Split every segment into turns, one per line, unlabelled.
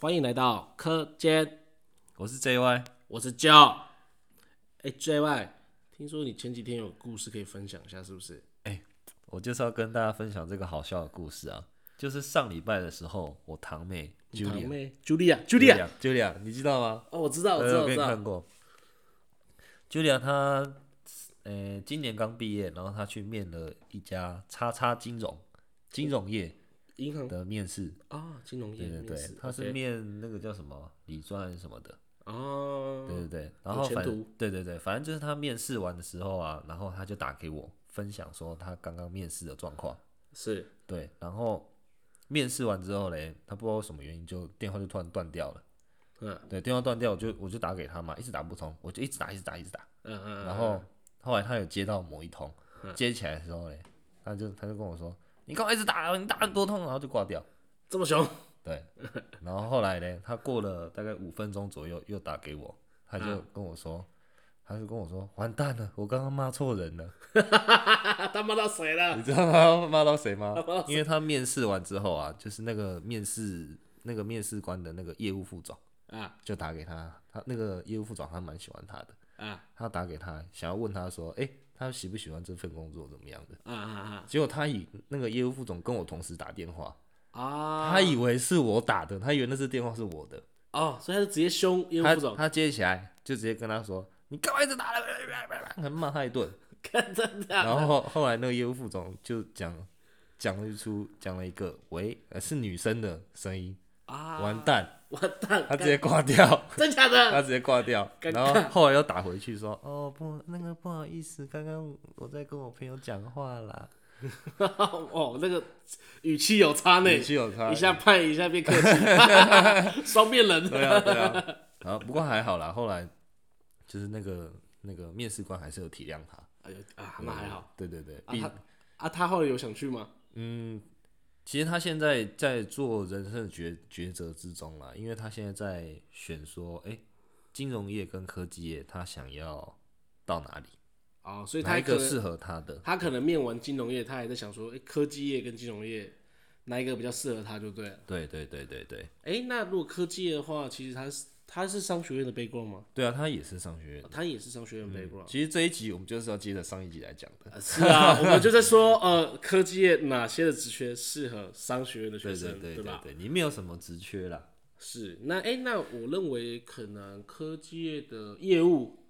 欢迎来到课间，
我是 JY，
我是 Joe。哎，JY，听说你前几天有故事可以分享一下，是不是？
我就是要跟大家分享这个好笑的故事啊。就是上礼拜的时候，我堂妹
你堂
Julia
妹，Julia，Julia，
Julia，你知道吗？
哦，我知道，我知
呃
道，
我
我
给
知
你看
道。
过。Julia 她呃今年刚毕业，然后她去面了一家叉叉金融金融业
银行
的面试，
啊，金融业
对对
面
对
试，，
她是
OK
面那个叫什么理专什么的，
哦，
对对对，然
有
后
前
反
途
对对对，反正就是他面试完的时候啊，然后他就打给我分享说他刚刚面试的状况，
是
对，然后面试完之后嘞，他不知道什么原因就电话就突然断掉了，
嗯
对，电话断掉我就我就打给他嘛，一直打不通，我就一直打一直打一直打，
嗯嗯，
然后后来他有接到某一通，接起来的时候嘞，他就他就跟我说你干嘛一直打，你打很多通，然后就挂掉。
这么凶，
对，然后后来呢，他过了大概五分钟左右又打给我，他就
嗯
跟我说，他就跟我说，完蛋了，我刚刚骂错人了，
啊，他骂到谁了？
你知道他骂到谁吗
他骂到？
因为他面试完之后啊，就是那个面试那个面试官的那个业务副总
啊
就打给他，他那个业务副总还蛮喜欢他的，
啊
他打给他想要问他说，诶，他喜不喜欢这份工作怎么样的？
啊啊
结果他以那个业务副总跟我同时打电话，
啊啊！
他以为是我打的，他以为那次电话是我的。
哦，所以他就直接凶业务
他
副总，
他接起来就直接跟他说：“你干嘛一直打了？”很骂他一顿。
看 真的啊，
然后后来那个业务副总就讲讲了一出讲了一个喂、呃是女生的声音，
啊，嗯
完蛋，
完蛋，
他直接挂掉，
真假的？
他直接挂掉。
尴尬
然后后来又打回去说：“哦不，那个不好意思，刚刚我在跟我朋友讲话啦。
哦，那个语气有差”呢，
语气有差
一，下派一下变客 气，双面人。
对啊对啊。然后不过还好啦，后来就是那个那个面试官还是有体谅他。
哎呦啊，那还好。
对对对，
啊
毕
他啊，他后来有想去吗？
嗯，其实他现在在做人生的抉抉择之中啦，因为他现在在选说，哎、金融业跟科技业，他想要到哪里，
哦，所以
哪
他
一
可
个
能
适合他的？
他可能面完金融业，他还在想说，哎，科技业跟金融业哪一个比较适合他就对了。
对对对对对，
哎，那如果科技业的话，其实他是他是商学院的 background 吗？
对啊，他也是商学院的。
他也是商学院 background。
其实这一集我们就是要接着上一集来讲的。
呃是啊，我们就在说，呃，科技业哪些的职缺适合商学院的学
对对
生，
对对
吧？
对，里面有什么职缺啦？
是，那哎、那我认为可能科技业的业务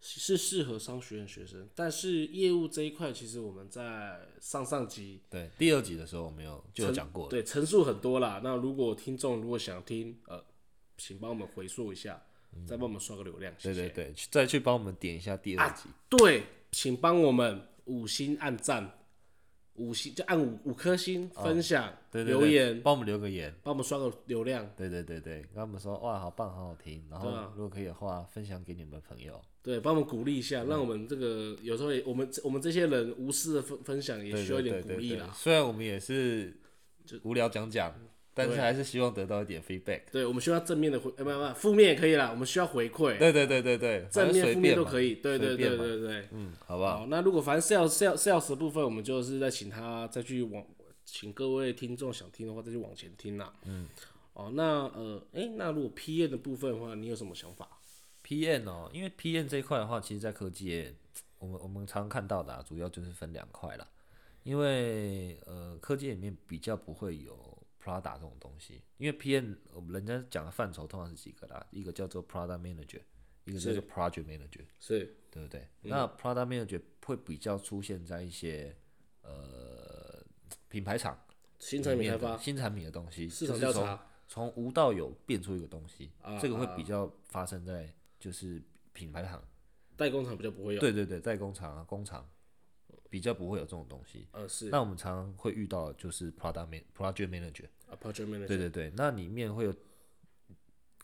是适合商学院学生，但是业务这一块，其实我们在上上集
对，第二集的时候我们有就有讲过了。
对陈述很多啦。那如果听众如果想听，呃，请帮我们回溯一下，再帮我们刷个流量，谢
对
谢。啊
对对，去再去帮我们点一下第二集。
对，请帮我们五星按赞，五星就按五五颗星分享、
哦对对对，
留言，
帮我们留个言。
帮我们刷个流量。
对对对对，跟他们说哇，好棒，好好听。然后
啊
如果可以的话，分享给你们朋友。
对，帮我们鼓励一
嗯
下，让我们这个有时候也我们我们这些人无私的分分享，也
对
需要一
对
点
对
鼓
对
励
对
啦。，
虽然我们也是无聊讲讲，但是
对
还是希望得到一点 feedback。
对，我们需要正面的回，呃，不不，负面也可以啦。我们需要回馈，
对对对对对，
啊正面、负面都可
以。
以。对对
随
对
便嘛
对对。
嗯，好不好？
好，那如果反正 sales sales sales 的部分，我们就是再请他再去往，请各位听众想听的话，再去往前听啦。嗯。哦，那呃，哎、那如果 P N 的部分的话，你有什么想法？
PM 哦，因为 PM 这一块的话，其实在科技业，我们我们常看到的、啊、主要就是分两块啦。因为呃，科技里面比较不会有 Prada 这种东西，因为 PM 我们人家讲的范畴通常是几个啦，一个叫做 Prada Manager，一个叫做 Project Manager，
是
对不对？
嗯
那 Prada Manager 会比较出现在一些呃品牌厂
新产
里
品
面
开
的
发、
新产品的东西，
市场
就
调
是从
查，
从无到有变出一个东西，
啊
这个会比较发生在就是品牌
啊
行，
代工厂比较不会有。
对对对，代工厂啊工厂比较不会有这种东西。
呃，是
那我们常常会遇到的就是 product man project manager，
啊，project manager。
对对对，那里面会有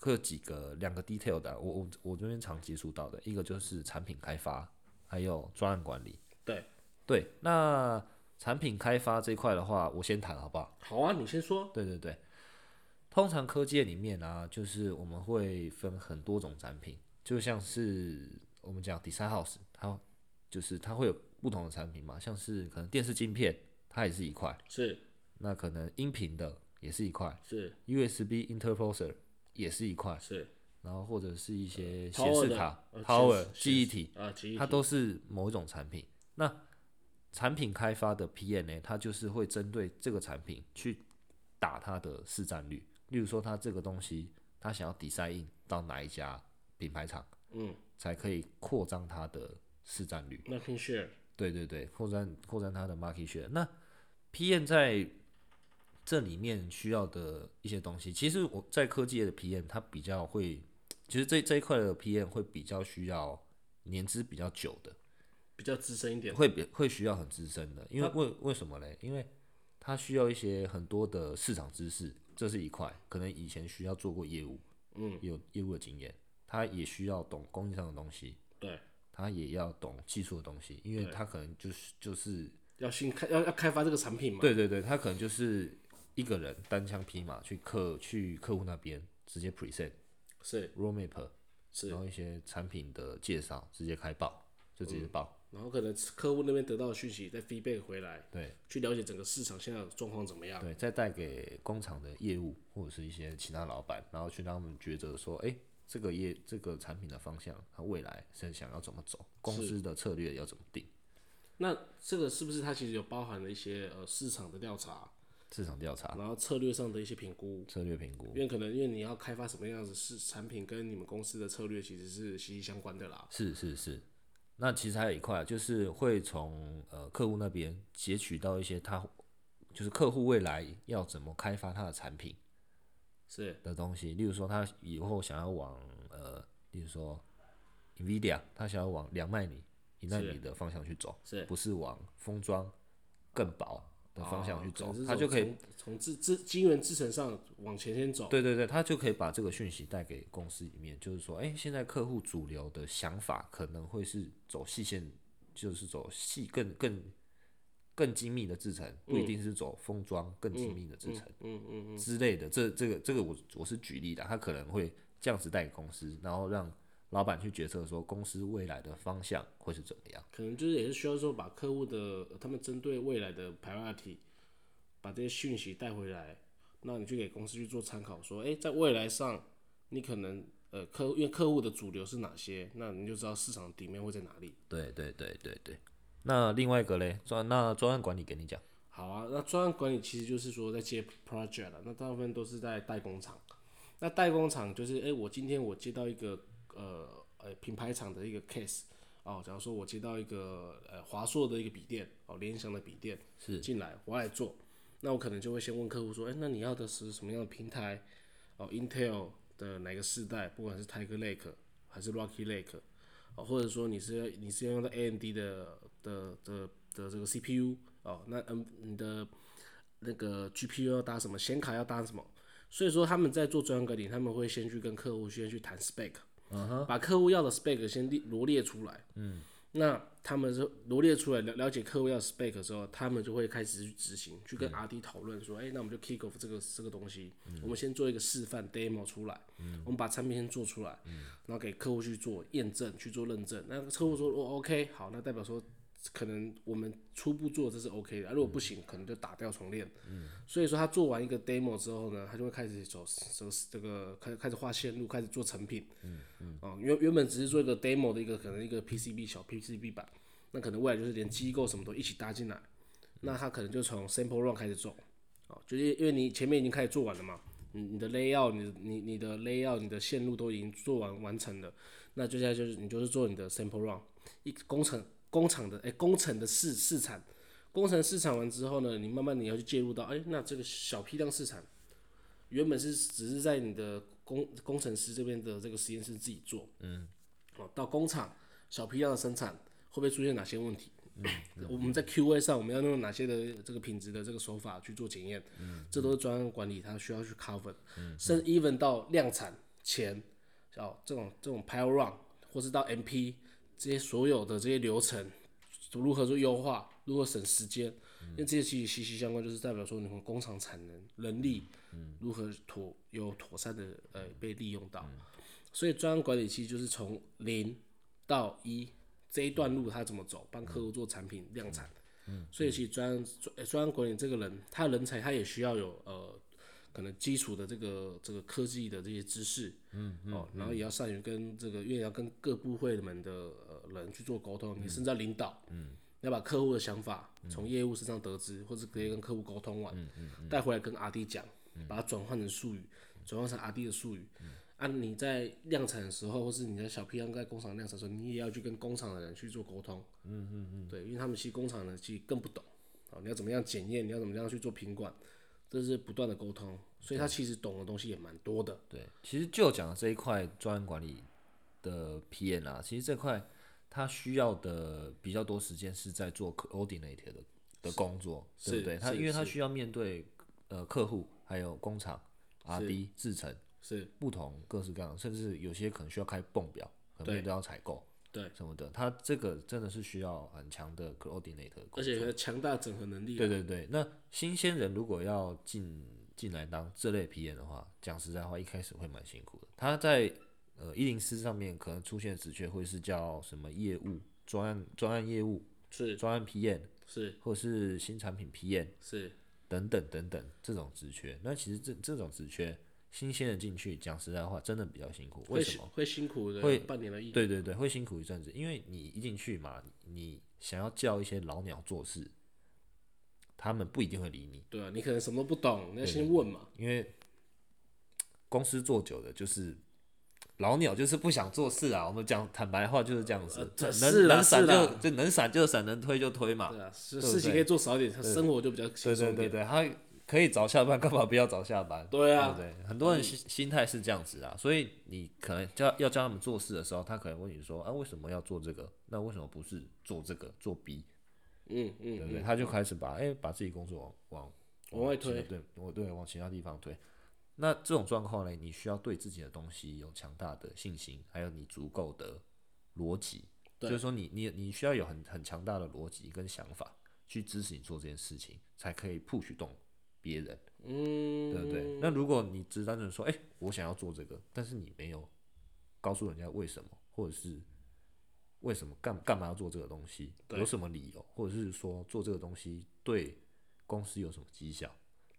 会有几个两个 detail 的啊，我我我这边常接触到的一个就是产品开发，还有专案管理。
对
对，那产品开发这一块的话，我先谈好不好？
好啊，你先说。
对对对，通常科技业里面啊，就是我们会分很多种产品，就像是我们讲 design house，它就是它会有不同的产品嘛，像是可能电视晶片，它也是一块，
是
那可能音频的也是一块
是
，USB interposer 也是一块，
是
然后或者是一些显
Power
示
的
卡、
呃
Power
显示
记忆体，
啊，记忆
它
体
都是某一种产品。那产品开发的 PM 呢，它就是会针对这个产品去打它的市占率。例如说，它这个东西，它想要 design 到哪一家品牌厂，
嗯，
才可以扩张它的市占率。
那 can share
对对对，扩展扩展它的 market share。那 PM 在这里面需要的一些东西，其实我在科技业的 PM 它比较会，其实这这一块的 PM 会比较需要年资比较久的，
比较资深一点，
会比会需要很资深的，因为为为什么嘞？因为它需要一些很多的市场知识，这是一块，可能以前需要做过业务，嗯，有业务的经验，它也需要懂供应商的东西，
对，
它也要懂技术的东西，因为它可能就是就是
要新开要要开发这个产品嘛，
对对对，他可能就是一个人单枪匹马去客去客户那边直接 present
是
roadmap，
是
然后一些产品的介绍直接开爆，就直
嗯
接爆。
然后可能客户那边得到的讯息再 feedback 回来，
对
去了解整个市场现在的状况怎么样。
对，再带给工厂的业务或者是一些其他老板，然后去让他们抉择说，哎、这个业这个产品的方向，它未来是想要怎么走，公司的策略要怎么定，
那这个是不是它其实有包含了一些呃市场的调查，
市场调查、
然后策略上的一些评估？
策略评估
因为可能因为你要开发什么样子是产品，跟你们公司的策略其实是息息相关的啦。
是是是，那其实还有一块就是会从呃客户那边截取到一些他就是客户未来要怎么开发他的产品
是
的东西，例如说他以后想要往呃，例如说 Nvidia，他想要往两纳米、一纳米的方向去走，
是
不是往封装更薄的方向去走，
哦能是
他就可以
从从制制晶圆制程上往前先走。
对对对，他就可以把这个讯息带给公司里面，就是说，哎、现在客户主流的想法可能会是走细线，就是走细更更更精密的制成，
嗯
不一定是走封装更精密的制成，嗯嗯之类的。这这个这个我我是举例的，他可能会这样子带给公司，然后让老板去决策说公司未来的方向会是怎么样。
可能就是也是需要说把客户的呃他们针对未来的 priority，把这些讯息带回来，那你就给公司去做参考，说，诶，在未来上，你可能呃客因为客户的主流是哪些，那你就知道市场底面会在哪里。
对对对对对。那另外一个嘞，专那专案管理给你讲，
好啊，那专案管理其实就是说在接 project 了，那大部分都是在代工厂。那代工厂就是，哎、我今天我接到一个呃呃品牌厂的一个 case 哦，假如说我接到一个呃华硕的一个笔电哦，联想的笔电
是
进来，我要来做，那我可能就会先问客户说，哎、那你要的是什么样的平台？哦，Intel 的哪个世代，不管是 Tiger Lake 还是 Rocky Lake，哦，或者说你是你是要用到 AMD 的的的的这个 CPU 哦，那嗯你的那个 GPU 要搭什么，显卡要搭什么？所以说他们在做专案管理，他们会先去跟客户先去谈 spec，、把客户要的 spec 先列罗列出来，嗯，那他们是罗列出来了了解客户要的 spec 的时候，他们就会开始去执行，去跟 RD 讨论说，哎、那我们就 kick off 这个这个东西，我们先做一个示范 demo 出来，我们把产品先做出来，然后给客户去做验证，去做认证。那客户说哦 OK 好，那代表说可能我们初步做这是 OK 的，啊如果不行，可能就打掉重练。所以说他做完一个 demo 之后呢，他就会开始走走这个开开始画线路，开始做成品。嗯嗯。哦、原原本只是做一个 demo 的一个可能一个 PCB 小 PCB 板，那可能未来就是连机构什么都一起搭进来。那他可能就从 sample run 开始做，哦，就是因为你前面已经开始做完了嘛，你你的 layout，你的你你的 layout，你的线路都已经做完完成了，那接下来就是你就是做你的 sample run，一工程工厂的哎、工程的试试产，工程试产完之后呢，你慢慢你要去介入到哎、那这个小批量试产，原本是只是在你的工工程师这边的这个实验室自己做，嗯，哦，到工厂小批量的生产会不会出现哪些问题？嗯我们在 QA 上我们要用哪些的这个品质的这个手法去做检验，这都是专案管理它需要去 cover，的甚至 even 到量产前，哦这种这种 pile run 或是到 MP 这些所有的这些流程如何做优化，如何省时间，因为这些其实息息相关，就是代表说你们工厂产能、人力如何妥有妥善的呃被利用到，所以专案管理其实就是从零到一这一段路他怎么走，帮客户做产品嗯量产。所以其实专专专案管理这个人，他的人才他也需要有呃可能基础的这个这个科技的这些知识，嗯，哦，然后也要善于跟这个，因为要跟各部会们的呃人去做沟通，你甚至要领导，嗯，要把客户的想法从业务身上得知，或者直接跟客户沟通完，带回来跟阿弟讲，
嗯
把它转换成术语，转换成阿弟的术语。啊，你在量产的时候，或是你在小批量在工厂量产的时候，你也要去跟工厂的人去做沟通。嗯嗯嗯，对，因为他们其实工厂人其实更不懂啊，你要怎么样检验，你要怎么样去做品管，这是不断的沟通，所以他其实懂的东西也蛮多的。
对，其实就讲这一块专案管理的 PM 啊，其实这块它需要的比较多时间是在做 coordinator 的的工作，对
是
不对？它
是
因为它
是
需要面对呃客户，还有工厂、RD、制程
是
不同各式各样，甚至有些可能需要开泵表，可能
对
面对要采购
对，
什么的，它这个真的是需要很强的 coordinator 的
而
工
且有强大整合能力啊。
对对对，那新鲜人如果要进进来当这类 PM 的话，讲实在话，一开始会蛮辛苦的。他在呃一零四上面可能出现的职缺会是叫什么业务专案、专案业务、
是
专案 PM，
是
或是新产品 PM
是
等等等等这种职缺。那其实这这种职缺，新鲜人进去，讲实在话，真的比较辛苦。为
会
什
辛
么？
会辛苦的，
会
半年的一
对对对，会辛苦一阵子，因为你一进去嘛，你想要叫一些老鸟做事，他们不一定会理你。
对啊，你可能什么都不懂，你要先问嘛。
因为公司做久了就是老鸟，就是不想做事啊。我们讲坦白话就是这样子
呃，这是
能
啦
能闪
是啦
就就能闪就闪，能推就推嘛
对。啊，事
对不对
事情可以做少一点，生活就比较轻
对对
松一
对
点。
对，他可以早下班，干嘛不要早下班？
对
对
啊
不，对？很多人心心态是这样子啊，所以你可能叫要叫他们做事的时候，他可能问你说啊，为什么要做这个？那为什么不是做这个做 B？
嗯嗯，
对不对？他就开始把哎、把自己工作往往
往外
其他
推
对，我对往其他地方推。那这种状况呢，你需要对自己的东西有强大的信心，还有你足够的逻辑，
对
就是说你你你需要有很很强大的逻辑跟想法去支持你做这件事情，才可以 push 动别人，
嗯，
对不对？那如果你只单纯说，哎、我想要做这个，但是你没有告诉人家为什么，或者是为什么干干嘛要做这个东西，
对
有什么理由，或者是说做这个东西对公司有什么绩效，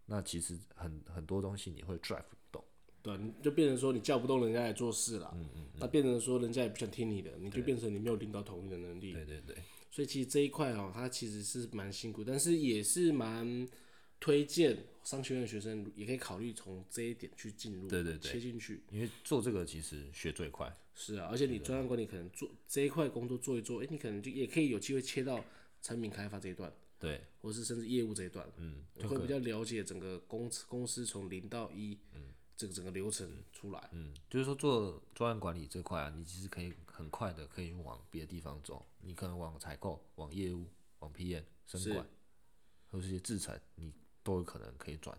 那其实很很多东西你会 drive 不动。
对，你就变成说你叫不动人家来做事
嗯
了，那变成说人家也不想听你的，你就变成你没有领导统一的能力。
对对对，
所以其实这一块哦、它其实是蛮辛苦，但是也是蛮推荐商学院的学生也可以考虑从这一点去进入，
对对对
切进去。
因为做这个其实学最快。
是啊，而且你专案管理可能做这一块工作做一做，诶、你可能就也可以有机会切到产品开发这一段，
对，
或是甚至业务这一段，嗯，会比较了解整个公司公司从零到一，嗯，这个整个流程出来，
嗯，就是说做专案管理这块啊，你其实可以很快的可以往别的地方走，你可能往采购、往业务、往 PM、生管，或是一些制程，你都有可能可以转。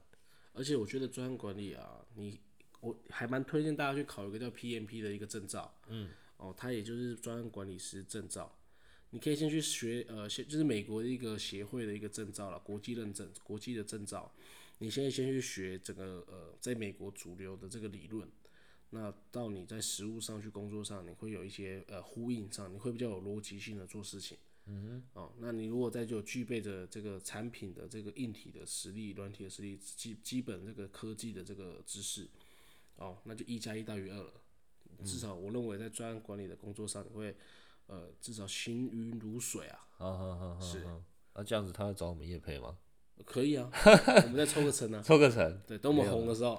而且我觉得专案管理啊，你我还蛮推荐大家去考一个叫 PMP 的一个证照，嗯，哦，它也就是专案管理师证照，你可以先去学，呃，先就是美国的一个协会的一个证照了，国际认证，国际的证照，你先先去学整个呃，在美国主流的这个理论。那到你在实务上去工作上，你会有一些呃呼应上，你会比较有逻辑性的做事情。哦，那你如果在就具备着这个产品的这个硬体的实力、软体的实力、基基本这个科技的这个知识，哦，那就一加一大于二了。至
嗯
少我认为在专案管理的工作上，你会呃至少行云如水啊，
啊哈哈哈！是。那、这样子他会找我们叶配吗？
可以 啊，我们再抽个成啊。
抽个成。
对，等我们红的时候，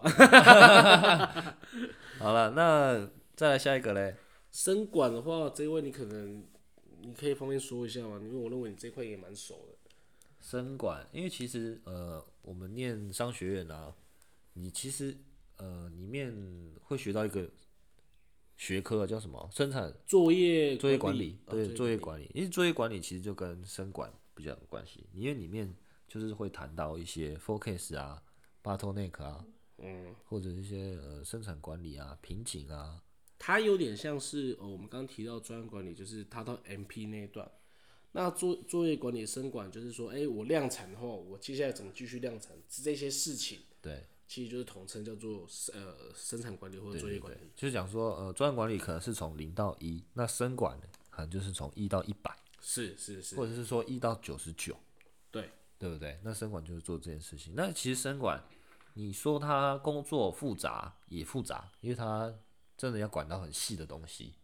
好了，那再来下一个嘞。
生管的话，这一位你可能你可以方便说一下吗？因为我认为你这块也蛮熟的。
生管，因为其实呃，我们念商学院啊，你其实呃里面会学到一个学科、啊、叫什么？生产
作业
作业管理，
哦
对，
作
作
业
业管理，因为作业管理其实就跟生管比较有关系，因为里面就是会谈到一些 focus 啊、bottleneck 啊，嗯，或者一些呃生产管理啊、瓶颈啊，
它有点像是、呃、我们刚刚提到专案管理，就是它到 MP 那一段。那作作业管理生管就是说，哎、我量产后，我接下来怎么继续量产这些事情，
对，
其实就是统称叫做呃生产管理或者作业管理。
就是讲说呃，专案管理可能是从零到一，那生管呢可能就是从一到一百，
是是是，
或者是说一到九十九，
对，
对不对？那生管就是做这件事情。那其实生管你说它工作复杂也复杂，因为它真的要管到很细的东西。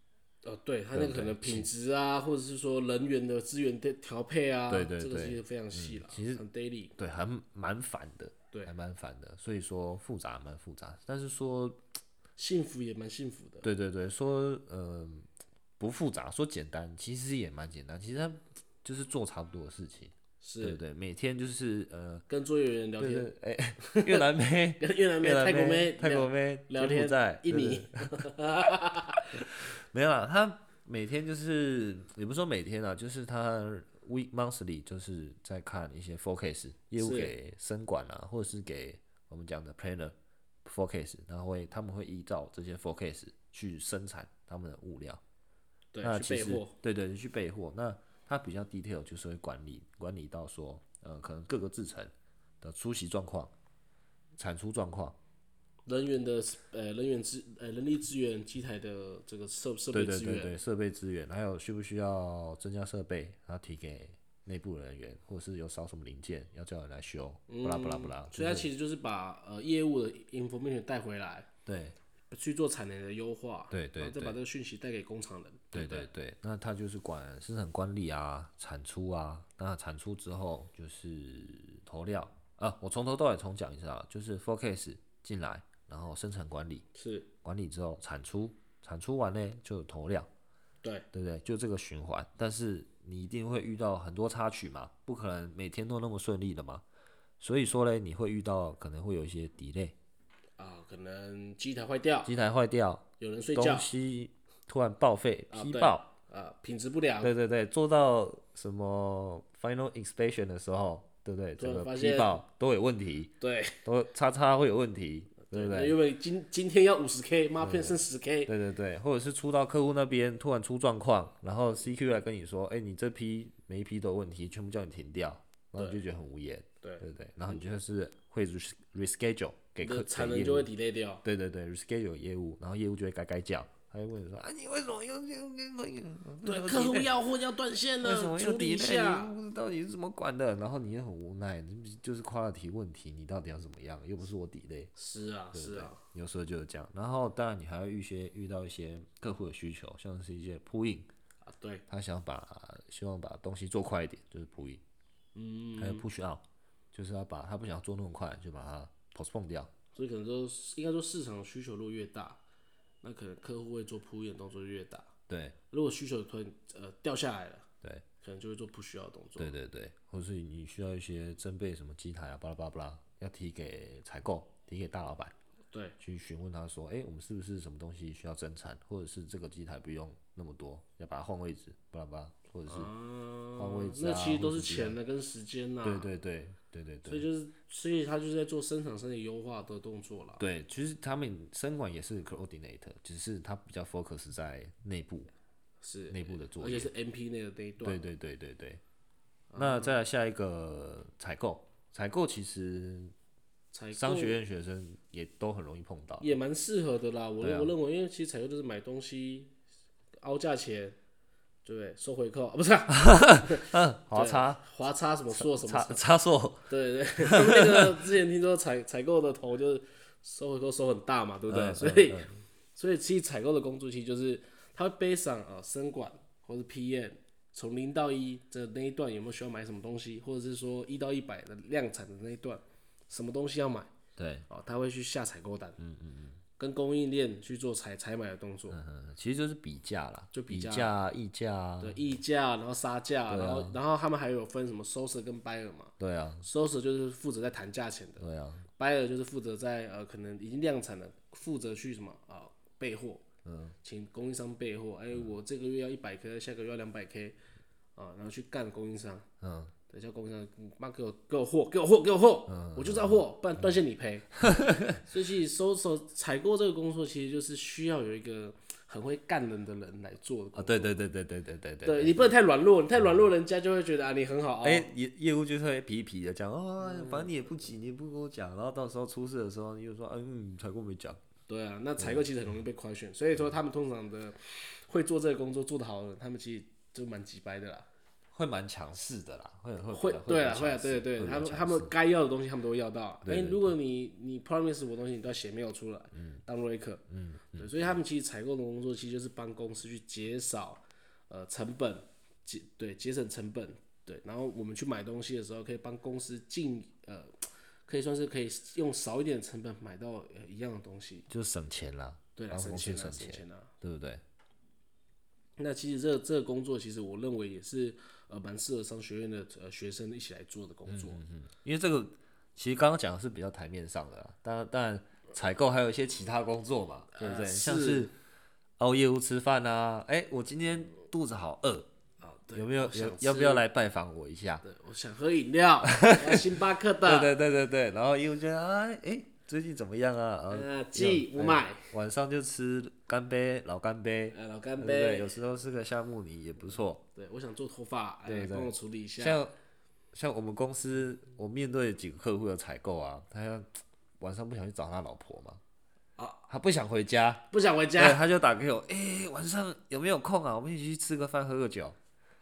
呃，对他那个
对
可能
对
品质啊，或者是说人员的资源的调配啊，
对对
这个
对嗯
是非常细了、
其实
很 daily，
对，还蛮烦的，
对
还蛮烦的。所以说复杂蛮复杂，但是说
幸福也蛮幸福的。
对对对，说呃不复杂，说简单其实也蛮简单，其实它就是做差不多的事情，对
是
不对？每天就是呃，
跟作业员聊
对
天，。
对，哎、越南妹
跟越南妹、
越南
泰国妹、
泰国妹、
聊
柬埔
天
寨、
印
对
尼
对没有啦，他每天就是也不是说每天啊，就是他 week monthly 就是在看一些 forecast 业务
是
给生管啊，或者是给我们讲的 planner forecast，然后会他们会依照这些 forecast 去生产他们的物料。
对去
那啊其
备
实
货，
对对，去备货。那它比较 detail 就是会管理管理到说，呃，可能各个制程的出席状况、产出状况，
人员的呃人员资呃人力资源机台的这个设设备
对
资
对
源，
对对，设备资源，还有需不需要增加设备，然后提给内部人员，或者是有少什么零件要叫人来修，不啦不啦不
嗯
啦，
所以它其实就是把呃业务的 information 带回来，
对
去做产能的优化，
对对
然后再
对
把这个讯息带给工厂人，
对
不对
对对，那他就是管生产管理啊、产出啊，那产出之后就是投料啊，我从头到尾重讲一下啊，就是 forecast 进来，然后生产管理，
是，
管理之后产出，产出完呢就有投料，
对，
对不对？就这个循环，但是你一定会遇到很多插曲嘛，不可能每天都那么顺利的嘛。所以说嘞，你会遇到可能会有一些 delay，
啊，可能机台坏掉，
机台坏掉，
有人睡
东
觉
西突然报废、
啊
批
对
报，
啊，品质不良，
对对对，做到什么 final inspection 的时候，对不对？
突然
整个
发
批
现
报都有问题，
对
都叉叉会有问题，对不
那
对？
原本今今天要五十 K，妈变剩十 K，
对对对，或者是出到客户那边突然出状况，然后 CQ 来跟你说，哎，你这批每一批都有问题，全部叫你停掉，然后你就觉得很无言，
对，
对不对？然后你就是会 res- reschedule 给
你的
客
产
给
能
业
就
务，
会 delay 掉，
对对对，reschedule 业务，然后业务就会改改脚，他就问你说，啊，你为什么又又又又
对，客户要货要断线
为什么
了，
又
处理一
delay？
下，
你到底是怎么管的？然后你也很无奈，你就是 quality 问题，你到底要怎么样？又不是我 delay，
是啊是啊，
有时候就是这样。然后当然你还会遇些遇到一些客户的需求，像是一些 p u l
啊对，
他想把希望把东西做快一点，就是 p u l
嗯，
还有 push out，就是要把他不想做那么快，就把它 postpone 掉。
所以可能说应该说市场需求如果越大，那可能客户会做铺垫的动作就越大，
对
如果需求突然呃掉下来了，
对
可能就会做不需要的动作，
对对对，或是你需要一些增备什么机台啊，巴拉巴拉巴拉，要提给采购，提给大老板。
对
去询问他说，哎、我们是不是什么东西需要增产，或者是这个机台不用那么多，要把它换位置，巴拉巴拉，或者是、换位
啊，
置
那
啊
其实都
或
是
者怎么
钱的跟时间呐、
对对对对对
所以
对
就是，所以他就是在做生产上的优化的动作啦。
对，其实他们生管也是 coordinator，只是他比较 focus 在内部
是
内部的作
而且
业。
是嗯 MP 那个那一段，
对对对对对。那再来下一个采购，采购其实
采购
商学院学生也都很容易碰到。
也蛮适合的啦。我、
对啊
我认为，因为其实采购就是买东西，凹价钱，对不对？收回扣、啊、不是、啊、
嗯，华 差
华差什么硕啊什
差
么，啊
差错，
对对对，他们那个之前听说采采购的头就是收回扣收很大嘛，对不对？
嗯
所以、 所以其实采购的工作其实就是他会背上呃生管或是 PM 从零到一这那一段有没有需要买什么东西，或者是说一到一百的量产的那一段什么东西要买。
对，
哦，他会去下采购单，嗯嗯嗯，跟供应链去做采采买的动作，
嗯，其实就是比价啦，
就比
比
价
价、议价啊，
对，议价，然后杀价，
对啊
然后然后他们还有分什么 source 跟 buyer 嘛
对啊，
，source 就是负责在谈价钱的
对啊，
，buyer 就是负责在呃可能已经量产了，负责去什么啊、呃备货，嗯，请供应商备货，哎，我这个月要一百 k，下个月要两百 k，啊，然后去干供应商。
嗯，
对，叫供应商，你妈给我给我货，给我货，给我货，我就是要货，不然断线理赔。 所以其实收手采购这个工作，其实就是需要有一个很会干人的人来做的工
啊，
作。
对对对对对对啊对对
对你不能太软弱，你太软弱，人家就会觉得啊你很好啊。
哎、业业务就是会皮皮的讲，哦，
嗯
反正你也不急，你也不跟我讲，然后到时候出事的时候，你就说，嗯，采购没讲，
对啊，那采购其实很容易被亏选，所以说他们通常的会做这个工作做得好的人，他们其实就蛮鸡掰的啦。
会蛮强势的啦，会会
会
会
对
啊
啊会啊对对对，他们他们该要的东西他们都会要到。哎，如果你你 promise 我东西你都要写 mail 出来，当 breaker，嗯，对，所以他们其实采购的工作其实就是帮公司去减少呃成本，节对节省成本，对，然后我们去买东西的时候可以帮公司尽呃可以算是可以用少一点的成本买到呃一样的东西，
就省钱啦，
对啊，
帮
省
公司
钱啊
省
省
钱，
钱啊，
对不对？
那其实这个这个工作，其实我认为也是呃蛮适合商学院的呃学生一起来做的工
嗯
作。
因为这个其实刚刚讲的是比较台面上的啦，当然当然采购还有一些其他工作嘛，对不对？
呃
像
是
是熬夜无吃饭啊，哎、我今天肚子好饿，
啊，对，
有没有
我想
有要不
吃
要？来拜访我一下？
对，我想喝饮 料，我要星巴克
对
的。
对对对对，然后业务就啊，哎、最近怎么样啊？然后
呃，
有
记我买，
晚上就吃干杯，老干杯，
呃，老
对
干
不对？
杯
有。时候是个夏目里也不错。
对，我想做头发，
对
哎，
对
帮我处理一下。
像像我们公司，我面对几个客户的采购啊，他要晚上不想去找他老婆嘛，
啊，
他不想回家，
不想回
对，
家
他就打给我，哎、晚上有没有空啊？我们一起去吃个饭，喝个酒。哎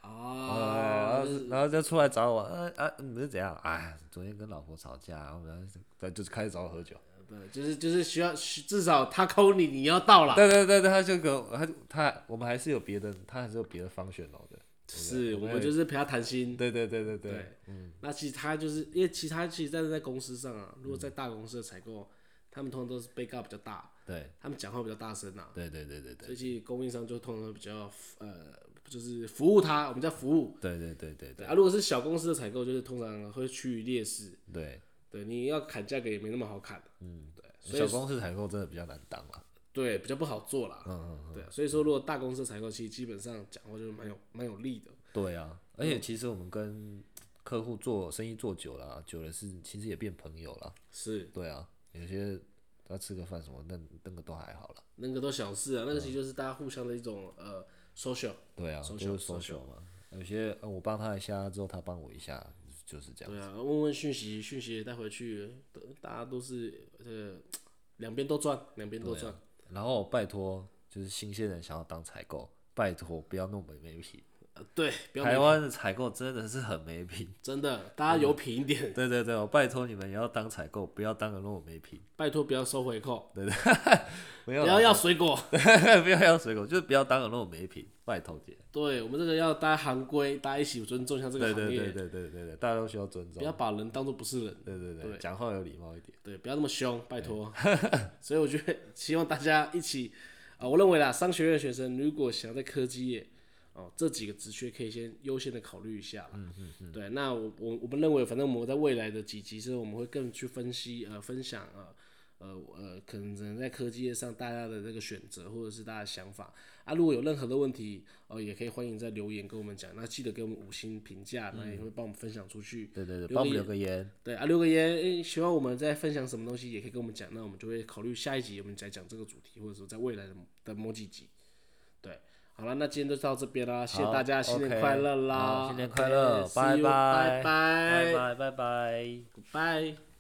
然
哦
后，是然后就出来找我，啊啊，你是怎样？哎，昨天跟老婆吵架，啊然后然后就就是开始找我喝酒。
对，就是就是需要，需至少他 call 你，你要到了。
对对对对，他就跟我他他我们还是有别的，他还是有别的方选哦楼的。
是
我
我
们
们就是陪他谈心。
对对对对对，嗯
对，那其实他就是因为其他其实站在公司上啊，如果在大公司的采购，他们通常都是被告比较大，
对
他们讲话比较大声啊，
对对对对对
所以其实供应商就通常比较呃，就是服务他，我们叫服务。
对对对对
对
对
啊，如果是小公司的采购，就是通常会趋于劣势，
对，
对，你要砍价格也没那么好砍，嗯，对，所
小
以
公司采购真的比较难当啊了。
对比较不好做啦，
嗯
嗯，对啊，所以说如果大公司的采购，其实基本上讲话就是蛮有蛮有力的，
对啊，而且其实我们跟客户做生意做久了啊，久了是其实也变朋友了。
是
对啊，有些要吃个饭什么，那那个都还好了。
那个都小事
嗯
啊，那个其实就是大家互相的一种呃 social，
对啊，
Social，
就是 social 嘛。有些呃我帮他一下之后，他帮我一下，就是这样。
对啊，问问讯息，讯息也带回去，都大家都是呃，两边都赚，两边都赚。
然后拜托，就是新鲜人想要当采购，拜托不要弄没没品。
呃对，不要
台湾的采购真的是很没品。
真的，大家有品一点，
对对对，我拜托你们也要当采购，不要当个那么没品。
拜托不要收回扣，
不
不
要
要要水果。
不要要水果，就是不要当个那么没品，拜托姐。
对我们这个要大家行规，大家一起尊重一下这个
对
行业，
对对对对对对，大家都需要尊
不
重。
要把人当做不是人，
对对
对
对，讲话有礼貌一点。
对，不要那么凶，拜托。 所以我觉得希望大家一起啊、呃我认为啦，商学院的学生如果想要在科技业哦、这几个职缺可以先优先的考虑一下啦。嗯嗯嗯。对，那我我我们认为，反正我们在未来的几集之后，我们会更去分析呃分享呃。呃呃，可能在科技业上大家的这个选择，或者是大家的想法啊，如果有任何的问题，哦、也可以欢迎在留言跟我们讲。那记得给我们五星评价，那也会帮我们分享出去。
对对
留
对，
个
帮我们
言
留个言。
对啊，留个言，诶希望我们在分享什么东西，也可以跟我们讲，那我们就会考虑下一集我们再讲这个主题，或者说在未来的某的某几集。对，好了，那今天就到这边啦，谢谢
好
大家，新年
OK，
快乐啦
好新年快乐
OK，see you，拜
拜拜
拜，
拜拜拜拜。
拜。